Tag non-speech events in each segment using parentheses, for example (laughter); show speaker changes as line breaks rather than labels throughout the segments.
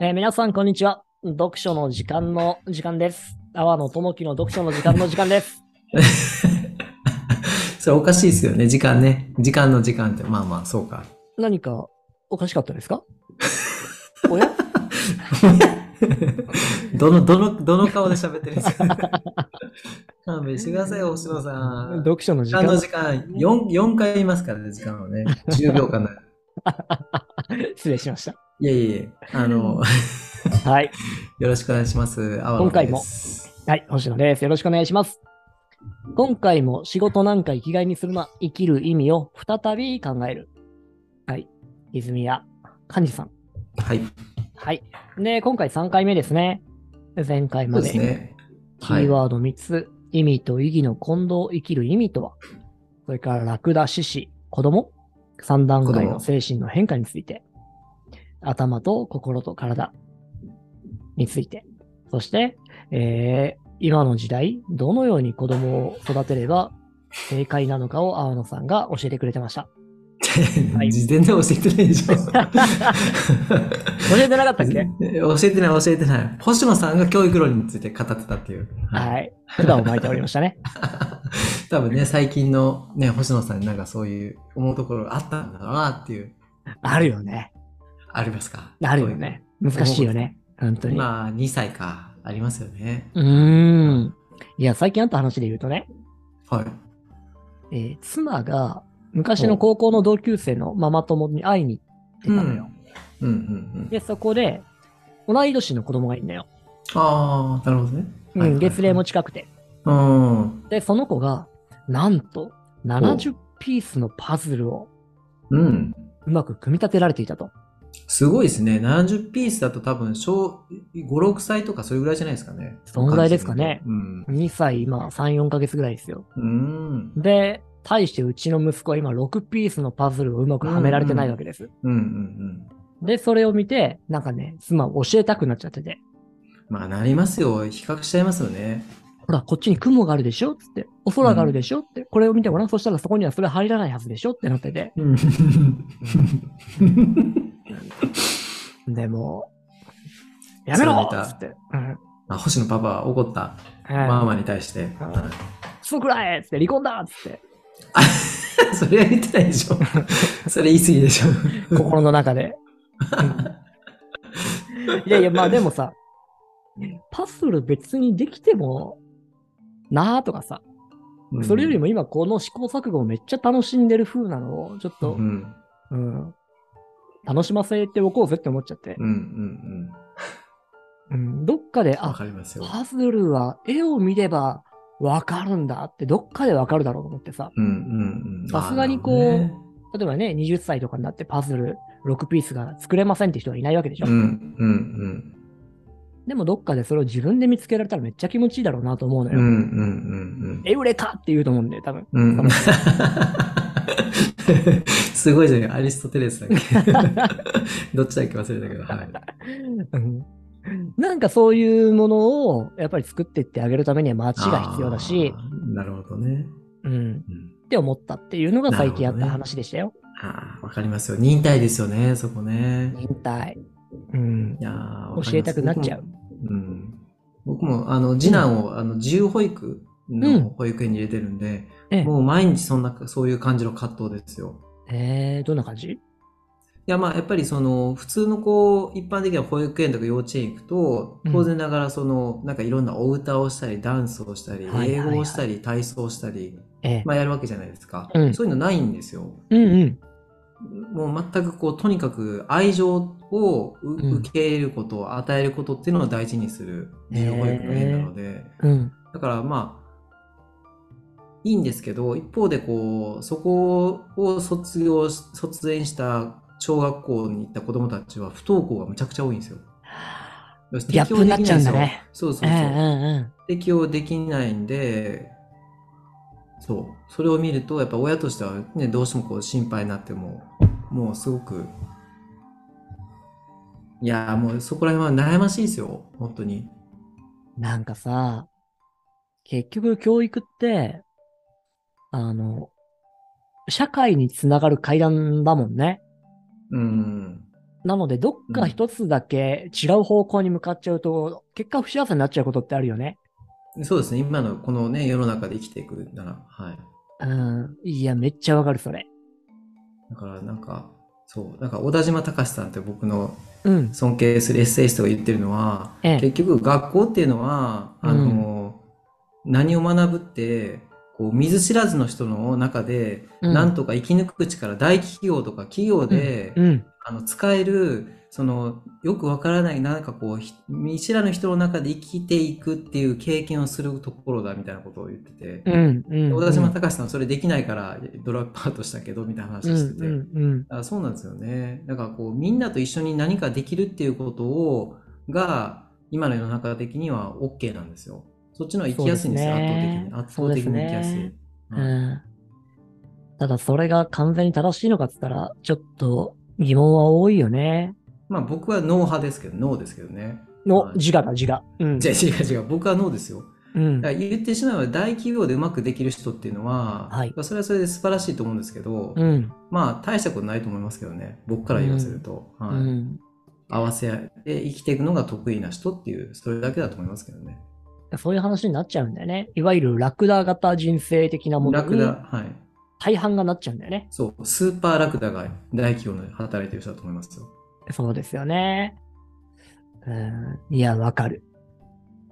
えー皆さん、こんにちは。読書の時間の時間です。阿波野智樹の読書の時間の時間です。
それおかしいですよね、時間ね。時間の時間って、まあまあ、そうか。
(laughs)
(laughs)
何かおかしかったですか (laughs) おや
どの、どの、どの顔で喋ってるんですか勘弁してくださいよ、星野さん。
(laughs) 読書の時
時
間
間の時間、4、四回言いますからね、時間をね。10秒間だ。
失礼しまし
いえいえ、あの、
た。はい。
よろしくお願いします。阿波野
今回も
です
はい、星野です。よろしくお願いします。今回も仕事なんか生きがいにするな、生きる意味を再び考える。はい。泉谷幹事さん。
はい、
はい。で、今回3回目ですね。前回
そ
ま
うで
です
ね。
キーワード3つ、意味と意義の混同、生きる意味とは、それからラクダ、獅子、子供、三段階の
子
精
供
神の変化について、頭と心と体について、そして、えー今の時代、どのように子供を育てれば正解なのかを青野さんが教えてくれてました。は
はいい、事前で教えてないで
(laughs)
しょ。
教えてなかったっけ
教えてない、教えてない。星野さんが教育論について語ってたっていう。
はい。普段を巻いておりましたね。
多分ね、最近のね、星野さんになんかそういう思うところがあったんだろうなっていう、
あるよね。
ありますか
あるよ。ね。難しいよね。本当に。
まあ、2歳か、ありますよね。
うーん。いや、最近あった話で言うとね、
はい。
えー妻が昔の高校の同級生のママ友に会いに行ってたのよ。
うんうんうん。
で、そこで、同い年の子供がいるのよ。
ああ、なるほどね。
うん月齢も。近くて。
うん。
で、その子が、なんと、70ピースのパズルを
うん。
うまく組み立てられていたと。
すごいですね。70ピースだと多分、小5、6歳とかそれぐらいじゃないですかね。
そのぐらいですかね
うん。
2歳、今、3、4ヶ月ぐらいですよ。
うん。
で、対してうちの息子は今、6ピースのパズルをうまくはめられてないわけです。
うんうんうん。
で、それを見て、なんかね、妻を教えたくなっちゃってて。
まあ、なりますよ。比較しちゃいますよね。
ほら、こっちに雲があるでしょつって、お空があるでしょって、これを見てごらん。そしたらそこにはそれ入らないはずでしょってなってて。
うん。
でも、やめろ
そうだ
つって。うん。
あ星野パパは怒った
ま
ママに対して。
あクソくらえつって離婚だつって、
それは言ってないで (laughs) し (laughs) ょ。それ言い過ぎでしょ。
心の中で。うんいやいや、まあでもさ、パズル別にできてもなあとかさ、それよりも今この試行錯誤をめっちゃ楽しんでる風なのを、ちょっ
う
と、
ん、
うん、楽しませておこうぜって思っちゃって
うん、う、ん、
う
うん。
ん、どっかで、
わ
あ、
かりますよ。
パズルは絵を見ればわかるんだってどっかでわかるだろうと思ってさ、
うん、うん、うん。
さすがにこう
あーなるほ
例えばね、20歳とかになってパズル6ピースが作れませんって人はいないわけでしょ。
どねうん、うん、
でもどっかでそれを自分で見つけられたらめっちゃ気持ちいいだろうなと思うの
うん。うん、う
よ。
ん、うん、
エウレカって言うと思うんだよ、多分。
うん。うん。 (laughs) すごいじゃないアリストテレスだっけ (laughs) どっちだっけ忘れたけど。はい。
うん (laughs) なんかそういうものをやっぱり作っていってあげるためには街が必要だし、
あー。なるほどね。
うん、
うん
って思ったっていうのが最近あっ
な
た
るほどね
話でしたよ。
ああ、わかりますよ。忍耐ですよね、そこね。
忍耐。うん
い。やー
教えたくなっちゃう。
わかります僕もうん。僕も、あの、次男を、あの、自由保育
うん
の保育園に入れてるんで、
ええ
もう毎日そんな、そういう感じの葛藤ですよ。
えー、どんな感じ
いや、まあ、やっぱりその、普通のこう、一般的な保育園とか幼稚園行くと
うん、
当然ながらその、なんかいろんなお歌をしたり、ダンスをしたり
はいは、い
英
はい
語をしたり、体操をしたり、
ええ
まあ、やるわけじゃないですか。
うん
そういうのないんですよ。
うんうん。
もう全くこうとにかく愛情をう
うん
受け入れること、与えることっていうのを大事にする自由保育の園なので、
うん。
だからまあいいんですけど一方でこうそこを卒業し卒園した小学校に行った子どもたちは不登校がむちゃくちゃ多いんですよ。
ギャップになっちゃうんだね。
そうそ
え
うそう。
えうん
適応できないんで、そう、それを見ると、やっぱ親としてはね、どうしてもこう心配になっても、もうすごく、いやー、もうそこら辺は悩ましいですよ、本当に。
うん。なんかさ、結局教育って、あの、社会につながる階段だもんね。
うん。
なので、どっか一つだけ違う方向に向かっちゃうと、結果不幸せになっちゃうことってあるよね。
そうですね。今のこのね、世の中で生きていくなら、はい。
うん。いや、めっちゃわかる、それ。
だからなんか、そう、なんか小田島隆さんって僕の
うん。
尊敬するエッセイストが言ってるのは、
ええ。
結局学校っていうのは、あの、何を学ぶって、こう見ず知らずの人の中で、
うん
なんとか生き抜く力、大企業とか企業で、
うん。
あの使えるそのよくわからないなんかこうひ見知らぬ人の中で生きていくっていう経験をするところだみたいなことを言って
う
て、
ん。うん。
小田島隆さんそれできないからドラッグアウトしたけどみたいな話をしてて、
うん。うん。うん。
あそうなんですよねだからこうみんなと一緒に何かできるっていうことをが今の世の中的には OK なんですよそっちの方が生きやすいんですよ
そうですね
圧倒的に圧倒的に生きやすい
そうですね
う
うんんただそれが完全に正しいのかっつったら、ちょっと疑問は多いよね。
まあ僕は脳派ですけど脳ですけどね
の
は、い (laughs)
自我だ、自我。うん。
違う違う違う僕は脳ですよ
うん
だから言ってしまえば大企業でうまくできる人っていうのは、
はい
まあそれはそれで素晴らしいと思うんですけど、
うん。
まあ大したことないと思いますけどね僕から言わせると、
う
はい
ん。
合わせで生きていくのが得意な人っていうそれだけだと思いますけどね
そういう話になっちゃうんだよね。いわゆるラクダ型人生的なもの
ラクダ
に
はい
大半がなっちゃうんだよね。
そうスーパーラクダが大企業で働いてる人だと思いますよ
そうですよね。うん。いや、わかる。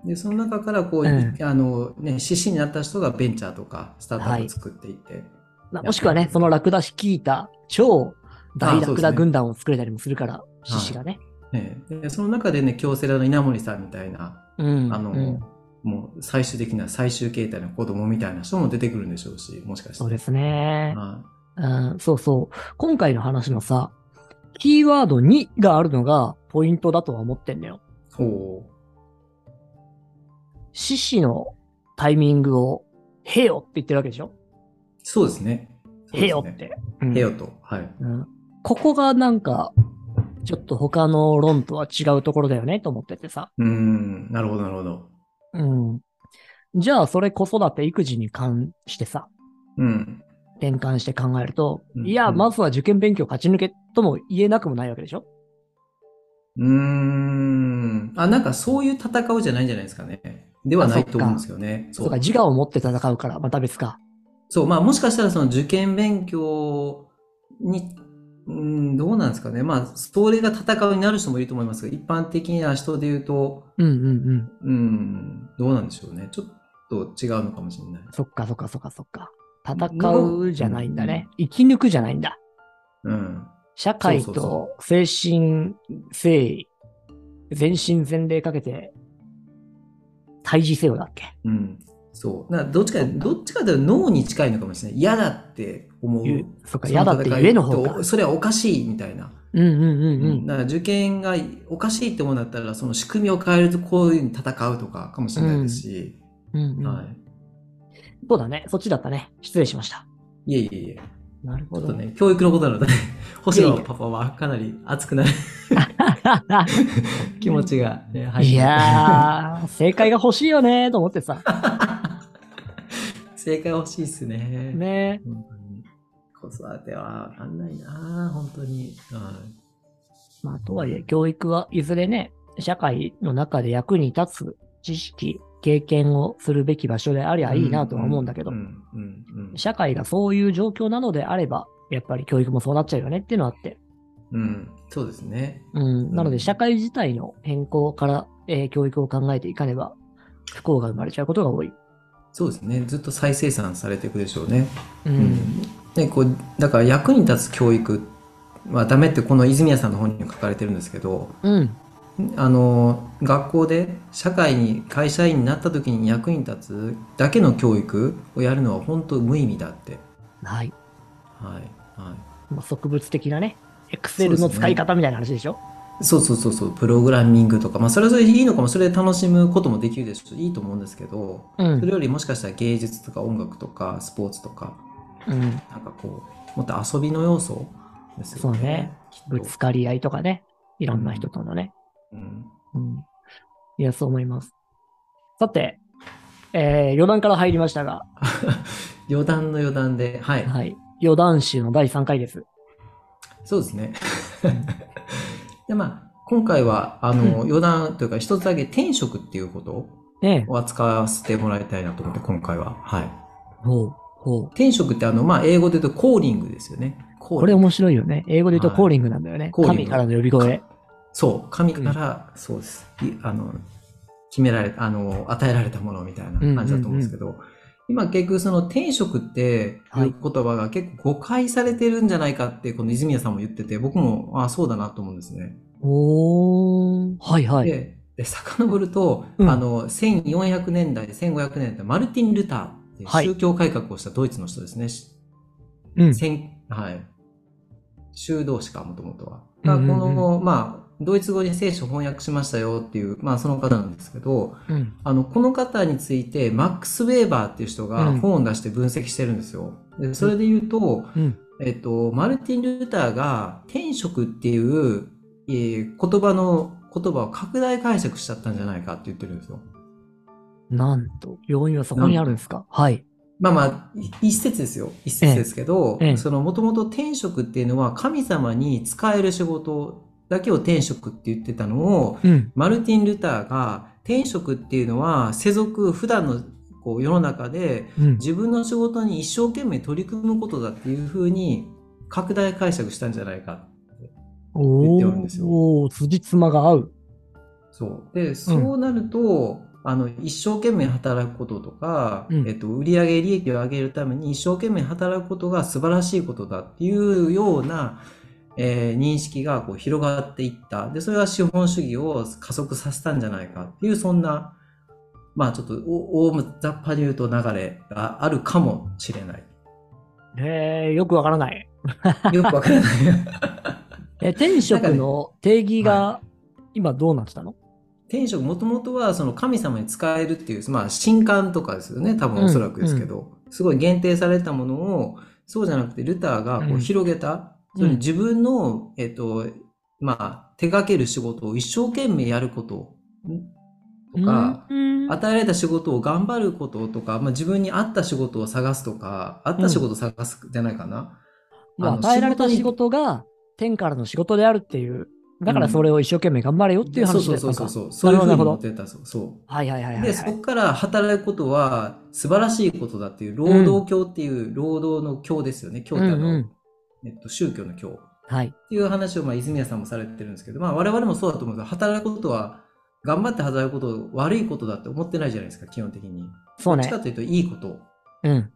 でその中からこう、
うん
あのね獅子になった人がベンチャーとかスタートアップを作っていって、
まあ
いや
もしくはね、そのラクダ率いた超大ラク
あそうです
ダ
ね
軍団を作れたりもするから、獅子がね。
ねでその中でね京セラの稲森さんみたいな
うん。
あの、
うん
もう最終的な最終形態の子供みたいな人も出てくるんでしょうし、もしかして。
そうですね。
は
うん、そうそう。今回の話のさ、キーワード2があるのがポイントだとは思ってんだよ。
い。ほ
獅子のタイミングを、へよって言ってるわけでしょ
う。そうですね。
へよ
そう
っ
ですね。
て。うん
へよと。はい。
うんここがなんか、ちょっと他の論とは違うところだよねと思っててさ。
うーん、なるほど、なるほど。
うん。じゃあ、それ子育て育児に関してさ、
うん。
転換して考えると、
うん
いや、
うん
まずは受験勉強勝ち抜けとも言えなくもないわけでしょ
うーん。あ、なんかそういう戦うじゃないんじゃないですかね。ではないと思うんですよね。
そうか、自我を持って戦うから、また別か。
そう、まあもしかしたらその受験勉強に、うん、どうなんですかね。まあ、それが戦うになる人もいると思いますが、一般的な人で言うと、
うんうんうん。
うん、どうなんでしょうね。ちょっと違うのかもしれない。
そっかそっかそっかそっか。戦
の
うじゃないんだね。生き抜くじゃないんだ。
うん。
社会
そうそ
と
う
精神、誠意、全身全霊かけて、対峙せよだっけ
うん。そう。などっちか、どっちかというと脳に近いのかもしれない。嫌だって思う。
言うそっか、
その
嫌だって
戦い
言えの方か
と。それはおかしいみたいな。
うんうんうんうん。
だから受験がおかしいって思うんだったら、その仕組みを変えるとこういうふうに戦うとかかもしれないですし。
うんうん
はい。
そうだね。そっちだったね。失礼しました。
いえいえいえ。
なるほ
ちょっ
ど。
とね、教育のことなので、星野パパはかなり熱くなる気持ちが、ね、入って
(laughs) いや
(laughs)
ー、正解が欲しいよねーと思ってさ。
正解欲しいっすね。
ね
本当に。子育てはわかんないな本当に。うん
まあ、とはいえ、教育はいずれね、社会の中で役に立つ知識、経験をするべき場所でありゃいいなとは思うんだけど
う、んうんうん
社会がそういう状況なのであれば、やっぱり教育もそうなっちゃうよねっていうのはあって、
うん、そうですね。
うん、なの
う
で
ん
社会自体の変更から、えー教育を考えていかねば、不幸が生まれちゃうことが多い。
そうですね。ずっと再生産されていくでしょうね。
う、
うんでこうだから役に立つ教育はダメってこの泉谷さんの本にも書かれてるんですけど、
うん、
あの学校で社会に会社員になった時に役に立つだけの教育をやるのは本当無意味だって。
はい。
はいはい。
まあ、植物的なね、エクセルの使い方みたいな話でしょ
そうそうそうそう、プログラミングとか、まあ、それはそれでいいのかも、それで楽しむこともできるでしょう、いいと思うんですけど、
う
それ
ん、
よりもしかしたら芸術とか音楽とかスポーツとか、
うん。
なんかこう、もっと遊びの要素ですよ
そうね
ね。
ぶ
きっ
つかり合いとかね、いろんな人とのね。
と。うん
うん。いや、そう思います。さて、えー余談から入りましたが、
(laughs) 余談の余談で、はい、
はい。余談集の第3回です。
そうですね。 (laughs) で、まあ、今回は、あの、余談というか、一つだけ転職っていうこと
ね
を扱わせてもらいたいなと思って、今回は。はい。
ほう、ほう。
転職って、あの、まあ、英語で言うと、コーリングですよね。コー
これ
リング
面白いよね。英語で言う
は
と
い
コーリングなんだよね。
コーリング
神からの呼び声。
そう、神から、そうです。いあの、決められ、あの、与えられたものみたいな感じだと思うんですけど、今結局その転職って
はいいう
言葉が結構誤解されてるんじゃないかって、この泉谷さんも言ってて、僕も、ああ、そうだなと思うんですね。
おー。はいはい。
で、で遡ると、
うん
あの、1400年代、1500年代、マルティン・ルターっていう
はい
宗教改革をしたドイツの人ですね。し
うん。
先はい。修道士か、もともとは。
うん
が、
う
こ
んうん
の、まあ、ドイツ語に聖書を翻訳しましたよっていう、まあ、その方なんですけど、
うん。
あの、この方について、マックス・ウェーバーっていう人
う
が
ん
本を出して分析してるんですよ。でそれで言うと、
うん。
えっと、マルティン・ルーターが天職っていう、えー言葉の、言葉を拡大解釈しちゃったんじゃないかって言ってるんですよ。
なんと、要因はそこにあるんですか。はい。
まあまあ、い一説ですよ。一説ですけど、
ええええ
その、もともと天職っていうのは神様に使える仕事だけを天職って言ってたのを、
うん。
マルティン・ルターが、天職っていうのは世俗、普段のこう世の中で
うん。
自分の仕事に一生懸命取り組むことだっていうふうに拡大解釈したんじゃないか。言
お
ってあるんですよ
ー、辻褄が合う。
そう。で、そうなると、あの、一生懸命働くこととか、
うん
えっと、売上利益を上げるために一生懸命働くことが素晴らしいことだっていうような、えー認識がこう広がっていった。で、それは資本主義を加速させたんじゃないかっていう、そんな、まあちょっと、お大雑把に言うと流れがあるかもしれない。
えー、よくわからない。
よく
(laughs)
わからない。
え、天職の定義
は
が今どうなってたの
天職もともとはその神様に使えるっていう、まあ、神官とかですよね多
うん
分おそらくですけど、すごい限定されたものをそうじゃなくてルターがこ
うん
う広げた、
うん
それに自分の、えっとまあ、手掛ける仕事を一生懸命やることとか、
うん
与えられた仕事を頑張ることとか、まあ、自分に合った仕事を探すとか合った仕事を探すじゃないかな、
まあ
あの
与えられた仕
仕
事が天からの仕事であるっていう、だから
うん
それを一生懸命頑張れよっていう
そう
話だ
そう
った
そう
のか
そう。そうそういうふう
なる
に
ほど
持ってったそうそう
はいはいはいはい
で、そこから働くことは素晴らしいことだっていう、労働教っていう、労働の教ですよね。教ってあの、
うんうん
えっと、宗教の教っ
はい。
ていう話を、まあ、泉谷さんもされてるんですけど、まあ、我々もそうだと思うんですけど、働くことは、頑張って働くことを悪いことだって思ってないじゃないですか、基本的に。
そう
どっち
ね
か。というと、いいこと
うん。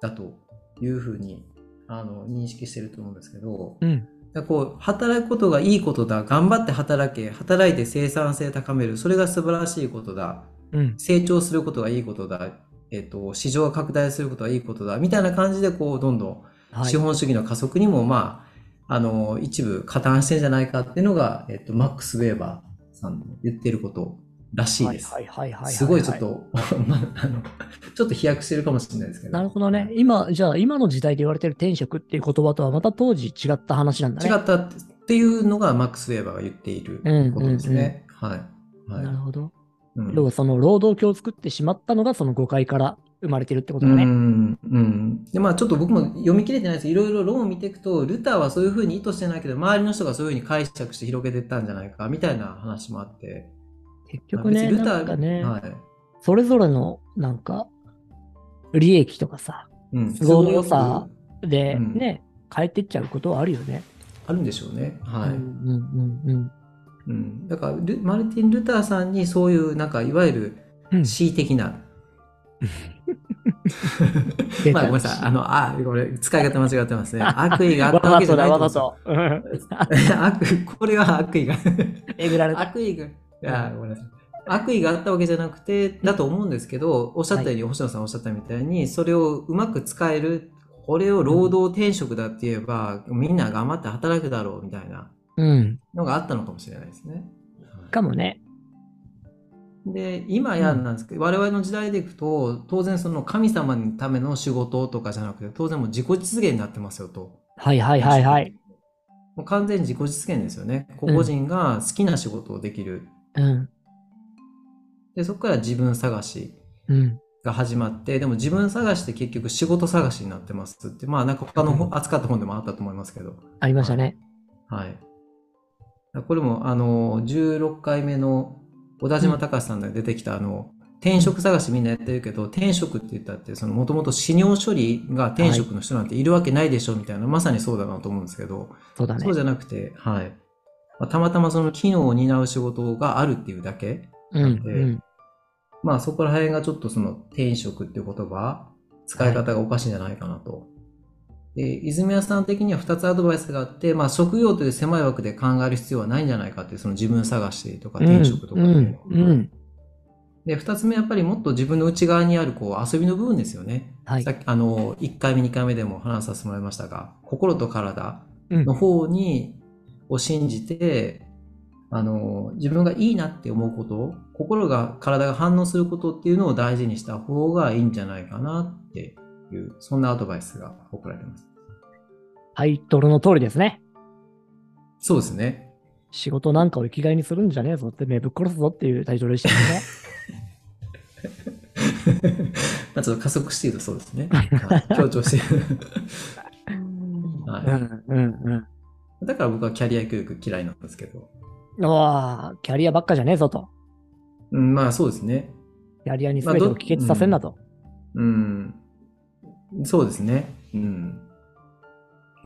だというふうに、あの、認識してると思うんですけど、
うん。
だからこう働くことがいいことだ、頑張って働け、働いて生産性高める、それが素晴らしいことだ、
うん。
成長することがいいことだ、えっと市場が拡大することがいいことだみたいな感じでこうどんどん
はい
資。本主義の加速にも、まあ、あの一部加担してんじゃないかっていうのが、えっとマックス・ウェーバーさんの言ってることらしい
はい
です。
はいはいはいはい。
すごいちょっ。と、 (laughs) まあ、あのちょっと飛躍してるかもしれないですけど。
なるほどね。今、じゃあ今の時代で言われてる天職っていう言葉とはまた当時違った話なんだ
違
ね。
ったっていうのがマックス・ウェーバーが言っていることですね。はい。はい
なるほど。
うん
要はその労働教を作ってしまったのがその誤解から生まれてるってことだ
う
ね。
ん、うん。で、まあちょっと僕も読み切れてないですけど、いろいろ論を見ていくと、ルターはそういうふうに意図してないけど、周りの人がそういうふうに解釈して広げてったんじゃないか、みたいな話もあって。
結局ね、
別にルター
なんかね、
はい。
それぞれのなんか利益とかさ、
うん。
都合の良
都合よ
さ
く
で
うん
ね、変えてっちゃうことはあるよね。
あるんでしょうね。はい。
うんうんうん
うん。だからル、マルティン・ルターさんにそういう、なんか、いわゆる、
うん。
恣意的な、
出
まあ
た
ごめんなさい。あの、あ、これ、使い方間違ってますね。悪意があ
わ
ったわ
ざ
けじ
と
ゃな
だ、
い
わ
と思うん
ざ
ですよ。
と。うん
(laughs) 悪、これは悪意が。
えぐられた。
悪意が、あごめんなさい。悪意があったわけじゃなくて、だと思うんですけど、おっしゃったように、星野さんおっしゃったみたいに、それをうまく使える、これを労働転職だって言えば、みんな頑張って働くだろうみたいな
うん。
のがあったのかもしれないですね。
かもね。
で、今やなんですけど、我々の時代でいくと、当然その神様のための仕事とかじゃなくて、当然もう自己実現になってますよと。
はいはいはいはい。。
もう完全に自己実現ですよね。個々人が好きな仕事をできる。
うん。
で、そこから自分探し。
うん。
が始まって、でも自分探して結局仕事探しになってますって、まあなんか他の本扱った本でもあったと思いますけど、
ありましたね。
はい。これもあの16回目の小田島隆さんが出てきた、あの転職探しみんなやってるけど転職って言ったってそのもともと死尿処理が転職の人なんているわけないでしょみたいな、まさにそうだなと思うんですけど
そうだね
そう。じゃなくて、はいまあたまたまその機能を担う仕事があるっていうだけ
うん、
で
うん。
まあそこら辺がちょっとその転職っていう言葉、使い方がおかしいんじゃないかなと。で、泉谷さん的には2つアドバイスがあって、まあ職業という狭い枠で考える必要はないんじゃないかっていう、その自分探しとか転職とか
う、
っていうん
う
のは
ん。
で、2つ目やっぱりもっと自分の内側にあるこう遊びの部分ですよね。
はい
さ。っき、あの、1回目2回目でも話させてもらいましたが、心と体
うん
の方に、を信じて、あの、自分がいいなって思うこと、心が、体が反応することっていうのを大事にした方がいいんじゃないかなっていう、そんなアドバイスが送られます。
タイトルの通りですね。
そうですね。
仕事なんかを生きがいにするんじゃねえぞって目ぶっ殺すぞっていうタイトルでしたよ
(laughs)
ね。
(laughs) まあちょっと加速して言うとそうですね。はい強調して (laughs) る。はい
うんうん
だから僕はキャリア教育嫌いなんですけど。
うん。うわあ、キャリアばっかじゃねえぞと。
うん、まあそうですね。
キャリアに全てを帰結させんなと。
うん。そうですね。うん。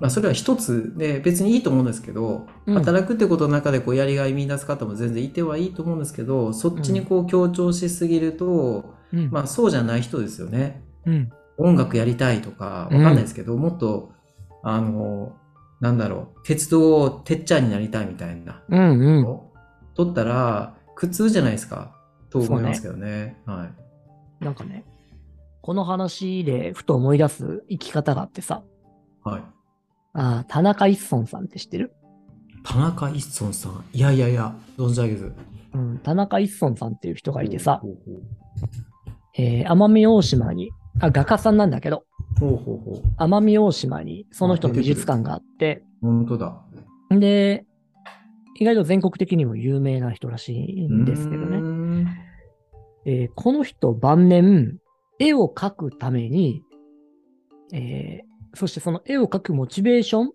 まあ、それは一つで、別にいいと思うんですけど、
うん
働くってことの中でこうやりがい見出す方も全然いてはいいと思うんですけど、そっちにこう強調しすぎると、
うん
まあ、そうじゃない人ですよね。
うん
音楽やりたいとか、わかんないですけど、もっと、あの、なんだろう、鉄道てっちゃんになりたいみたいな、
うんうん。
取ったら、苦痛じゃないですか、と思いますけどね。はい。
なんかね、この話でふと思い出す生き方があってさ、
はい。
あー田中一村さんって知ってる、
田中一村さん。いやいやいや、存じ上げず。
うん、田中一村さんっていう人がいてさ、
ほうほ
えー奄美大島に、あ、画家さんなんだけど、
うほうほうほう。
奄美大島にその人の
あ出
美
てくる
術館があって、
本当だ。
で、意外と全国的にも有名な人らしいんですけどね。
ね。
えーこの人晩年、絵を描くために、えーそしてその絵を描くモチベーション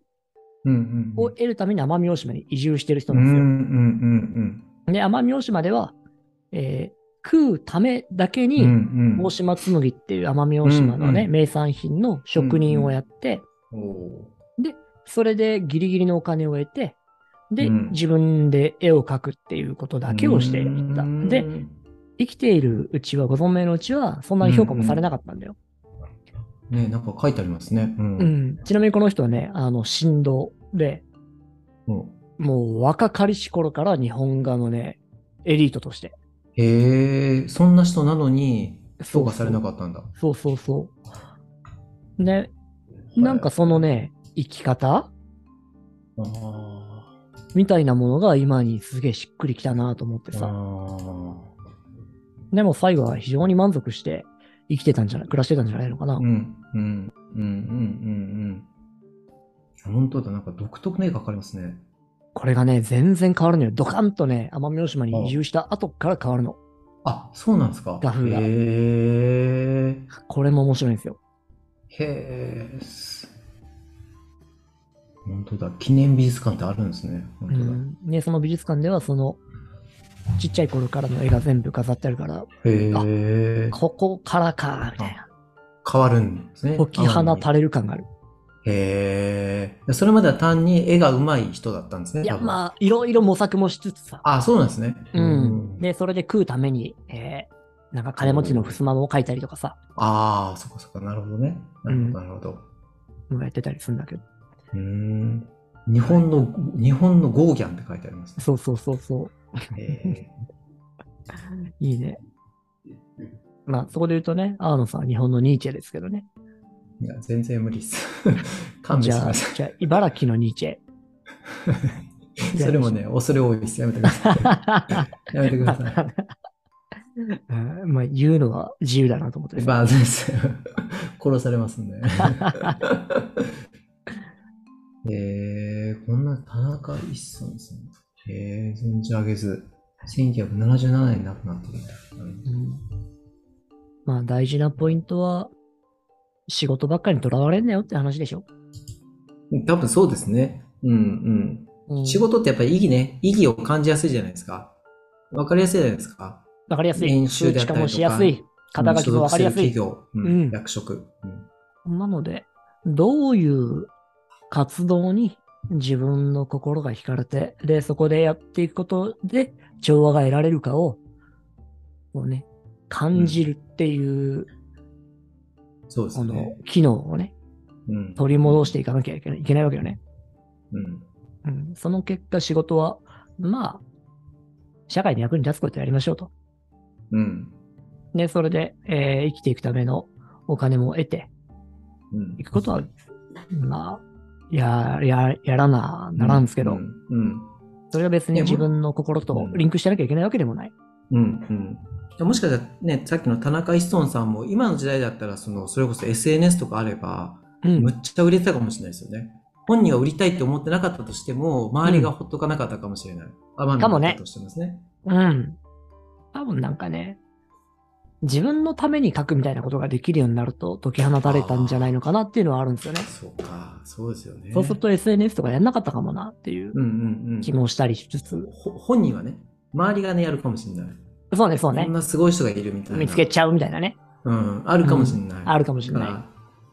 うんうん。
を得るために奄美大島に移住してる人
うん
な
うんん
です
う
よ。
ん
で、奄美大島では、えー食うためだけ
うん。うんう
に、
ん。
大島紬っていう奄美大島のね、
うんうん
名産品の職人をやって、
お
それでギリギリのお金を得て、で、
うん
自分で絵を描くっていうこと
ー
だけをしていった。で、、生きているうちは、ご存命のうちは、そんなに評価もされなかったんだよ。
ね、なんか書いてありますね。う。
うんん。ちなみにこの人はね、あの、振動で、
うん、
もう若かりし頃から日本画のね、エリートとして。
へえ、そんな人なのに、評価されな
っ
かったんだ。
た。そうそうそう。ね、なんかそのね、生き方
ああ。
みたいなものが今にすげえしっくりきたなと思ってさ。
ああ。
でも最後は非常に満足して生きてたんじゃない、暮らしてたんじゃないのかな。
うん、うん、うん、うん、うん、うん。いや本当だ、なんか独特な絵が描かれますね。
これがね、全然変わるのよ。ドカンとね、奄美大島に移住した後から変わるの。
あ、そうなんですか。
画風が
へえ。
これも面白いんですよ。
へえ。本当だ。記念美術館ってあるんですね。本
う
当だ。
ん、ね、その美術館では、その、ちっちゃい頃からの絵が全部飾ってあるから、
へえ。
ここからか、みたいな。
変わるんですね。
解き放た
れ。
れる感がある。
へえ。それまでは単に絵が上手い人だったんですね。
いや、
あ。
まあ、いろいろ模索もしつつさ。
あ、そうなんですね。
うん。。で、それで食うために、えー、なんか金持ちの襖を描いたりとかさ、
ああ、そっかそっか。なるほどね。なるほど、なるほど。
やってたりするんだけど。
うーん。日本の、日本のゴーギャンって書いてありますね。
そうそうそうそう。
へ
いいね。まあ、そこで言うとね、アーノさんは日本のニーチェですけどね。
え。いや、全然無理です。 (laughs) 勘
じ
弁して
ゃ
く
あ、
ださい。
じゃあ茨城のニーチェ。じゃあ
それもね、恐れ多いです。やめてください。やめてく
(laughs)
ださ
うんまあ、言うのは自由だなと思って
い。
さ
まあ、先生、 (laughs) 殺されますんで。えー、こんな田中一村さん。えー、存じ上げず。1977年に亡くなってるんだ。
うんまあ大事なポイントは、仕事ばっかりにとらわれんなよって話でしょ。
うん多分そうですね。うん
うん
仕事ってやっぱり意義ね、意義を感じやすいじゃないですか。わかりやすいじゃないですか。
わかりやすい。
練習
数
であ
値
っ
化
たりとか
もしやすい。肩書きもわかりやす
所属
い
る企。業、うん
うん
役職、うん
なので、どういう活動に自分の心が惹かれて、で、そこでやっていくことで調和が得られるかを、こうね、感じるっていう、
そうです
この
ね。
機能をね、
うん
取り戻していかなきゃいけないいけないわけよね。
うん
うん。その結果仕事は、まあ、社会に役に立つことをやりましょうと。
うん
で、それで、えー生きていくためのお金も得て
うん
いくことは、まあ、や、や、やらな、ならんすけど、
うんうん
それは別に
いやも
自分の心とリンクしてなきゃいけないわけでもない。
うんうんでもしかしたらね、さっきの田中一尊さんも、今の時代だったら、その、それこそ SNS とかあれば、
うん
むっちゃ売れてたかもしれないですよね。本人は売りたいって思ってなかったとしても、周りがほっとかなかったかもしれない。甘み
かもね
だったとしてますね。
うん。多分なんかね、自分のために書くみたいなことができるようになると解き放たれたんじゃないのかなっていうのはあるんですよね。
そうか、そうですよね。
そうすると SNS とかやんなかったかもなっていう
うんうんうん。
気もしたりしつつ、
ほ本人はね、周りがね、やるかもしれない。
そうね、そう
こ
ね
ん、なすごい人がいるみたいな。
見つけちゃうみたいなね、
うん、あるかもしれない。
あるかもしれな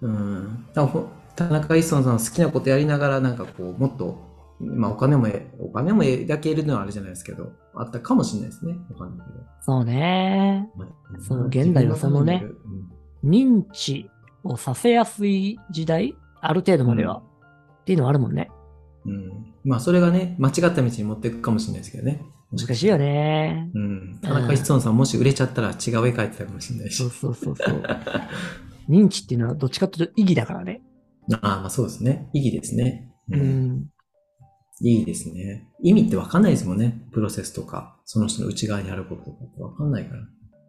い。
い。うん。多分ほ田中一尊さんは好きなことやりながら、なんかこう、もっと、まあお金もえ、お金もえだけ得るのはあれじゃないですけど、あったかもしれないですね。お金もね
そうね。
まあ
そう現代はそのね
自分の
認知をさせやすい時代、ある程度
ため
ま
に
で
や
は、
る
っていうのはあるもんね。
うん。うんまあ、それがね、間違った道に持っていくかもしれないですけどね。
難しいよ。ね。
うん。田中一尊さん、もし売れちゃったら違う絵描いてたかもしれないし
そう。そうそうそう。 (laughs) 認知っていうのはどっちかというと意義だからね。
ああ、まあそうですね。意義ですね。
う。ん。
いいですね。意味って分かんないですもんね。プロセスとか、その人の内側にあることとかって分かんないから。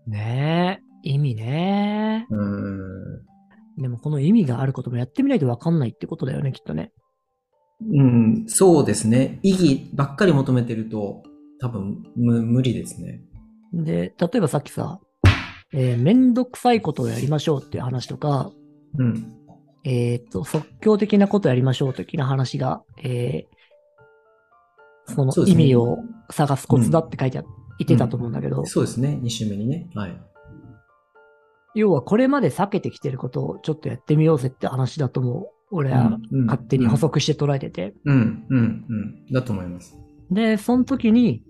ねえ。意味ね
うーん。
でもこの意味があることもやってみないとわかんないってことだよね、きっとね。
うん、そうですね。意義ばっかり求めてると、多分む無理ですね。
で、例えばさっきさ、えーめんどくさいことをやりましょうっていう話とか、
うん。
えーっと、即興的なことやりましょう的な話が、えーその
そうで
意
すね
味を探すコツだって書いてあ、いてたと思うんだけど、
そうですね。2週目にね。はい。
要はこれまで避けてきてることをちょっとやってみようぜって話だとも、俺
う
は
んうん
勝手に補足して捉えてて。
うん、うん、うん。だと思います。
で、その時に、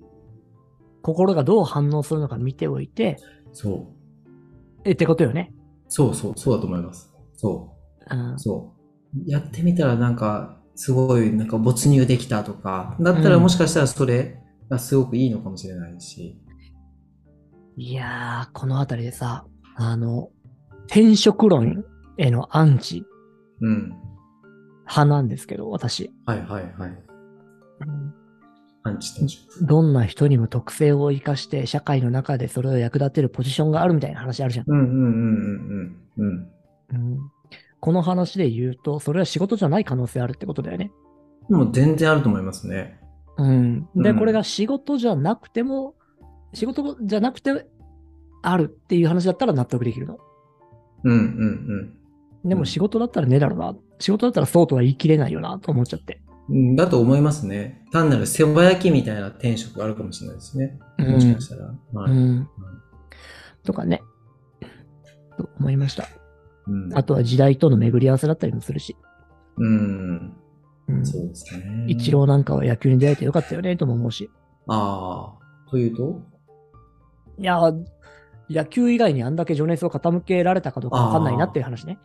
心がどう反応するのか見ておいて、
そう。
えってことよね。
そうそう、そうだと思います。そう。
うん。
そう。やってみたらなんか、すごい、なんか没入できたとか、だったらもしかしたらそれがすごくいいのかもしれないし。
いやー、このあたりでさ、あの、転職論へのアンチ
うん。
派なんですけど、私。
はいはいはい。アンチ転職。
どんな人にも特性を生かして、社会の中でそれを役立てるポジションがあるみたいな話あるじゃん。
うんうんうんうんうんうん。
うん、この話で言うと、それは仕事じゃない可能性あるってことだよね。
でも全然あると思いますね。
うん。で、
うん
これが仕事じゃなくても、仕事じゃなくて、あるっていう話だったら納得できるの。
うんうん
で
う
も
ん
仕事だったらねえだろうな。仕事だったらそうとは言い切れないよなと思っちゃって。
うんうん。だと思いますね。単なる背ば焼きみたいな転職があるかもしれないですね。
うん
もしかしたら。は
う
い
ん。とかね。と思いました。
うん
あとは時代との巡り合わせだったりもするし。
うん。
うん。
そうですね。
一。郎なんかは野球に出会えてよかったよねとも思うし。
ああ。というと
いや、野球以外にあんだけ情熱を傾けられたかどうかわかんないなっていう話ね。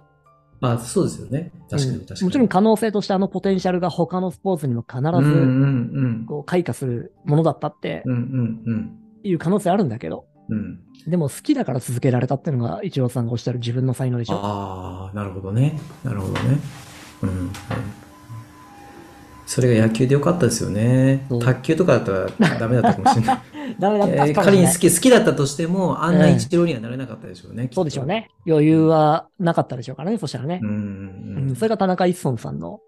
あそうですよね。確か
う
に
ん
確かに。
もちろん可能性としてあのポテンシャルが他のスポーツにも必
うん
ず
うん
こう開花するものだったって
うん。うんうん
いう可能性あるんだけど、
うん。うん。
でも好きだから続けられたっていうのが一郎さんがおっしゃる自分の才能でしょ。
ああ、なるほどね。なるほどね。うん、うん。それが野球でよかったですよね
そう。
卓球とかだったらダメだったかもし
(laughs)
れない。
ダメだったかもしれ
えー
ない
仮に好き好きだったとしても、あんな
うん
一郎にはなれなかったでしょうね。きっと
そうでしょう。ね。余裕はなかったでしょうからね、そしたらね
う。んう
うんん、それが田中一村さんの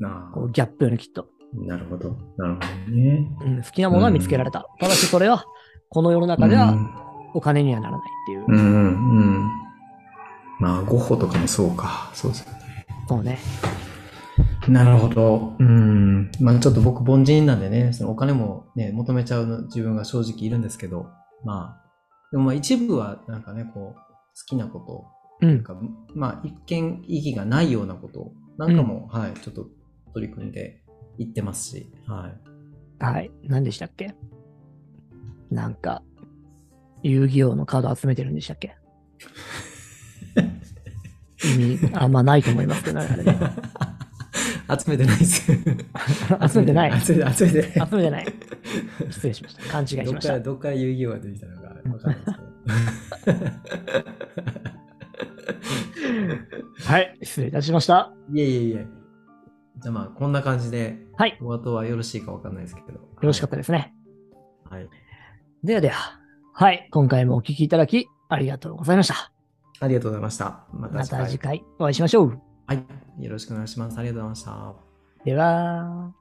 うん。あ
こうギャップよね、きっと、
ーなるほど。なるほどね。
うん。好きなものは見つけられた。ただしそれは、この世の中で
う
は
ん
お金にはならないっていう。
うんうんうん。まあ、ゴッホとかもそうか。そうですよね。
そうね。
なるほど。うん。まあちょっと僕凡人なんでね、そのお金もね、求めちゃうの自分が正直いるんですけど、まあ、でもまあ一部はなんかね、こう、好きなこと、
う
なん
ん。
か、まあ一見意義がないようなことなんかも、はい、ちょっと取り組んでいってますし、 (laughs) はい。
はい。何でしたっけなんか、遊戯王のカード集めてるんでしたっけ意味あんまないと思いますけどね、あれ
(laughs)
ね
集めてないです。
集めてない。
(laughs) 集めて、集めてない。
集めてない。失礼しました。勘違いし
どっ
まし
から、
た。
どっから遊戯王が出てきたのかわかん
(laughs)
ないですけど。
はい。失礼いたしました。
いえいえいえ。じゃあまあ、こんな感じで、
はい。
お後はよろしいかわかんないですけど。よ
よろしかったですね。
た。はい。
ではでは。はい。今回もお聞きいただき、ありがとうございました。
ありがとうございました。また
ま
次回。
た次回お会いしましょう。
はい。よろしくお願いします。ありがとうございました。
では。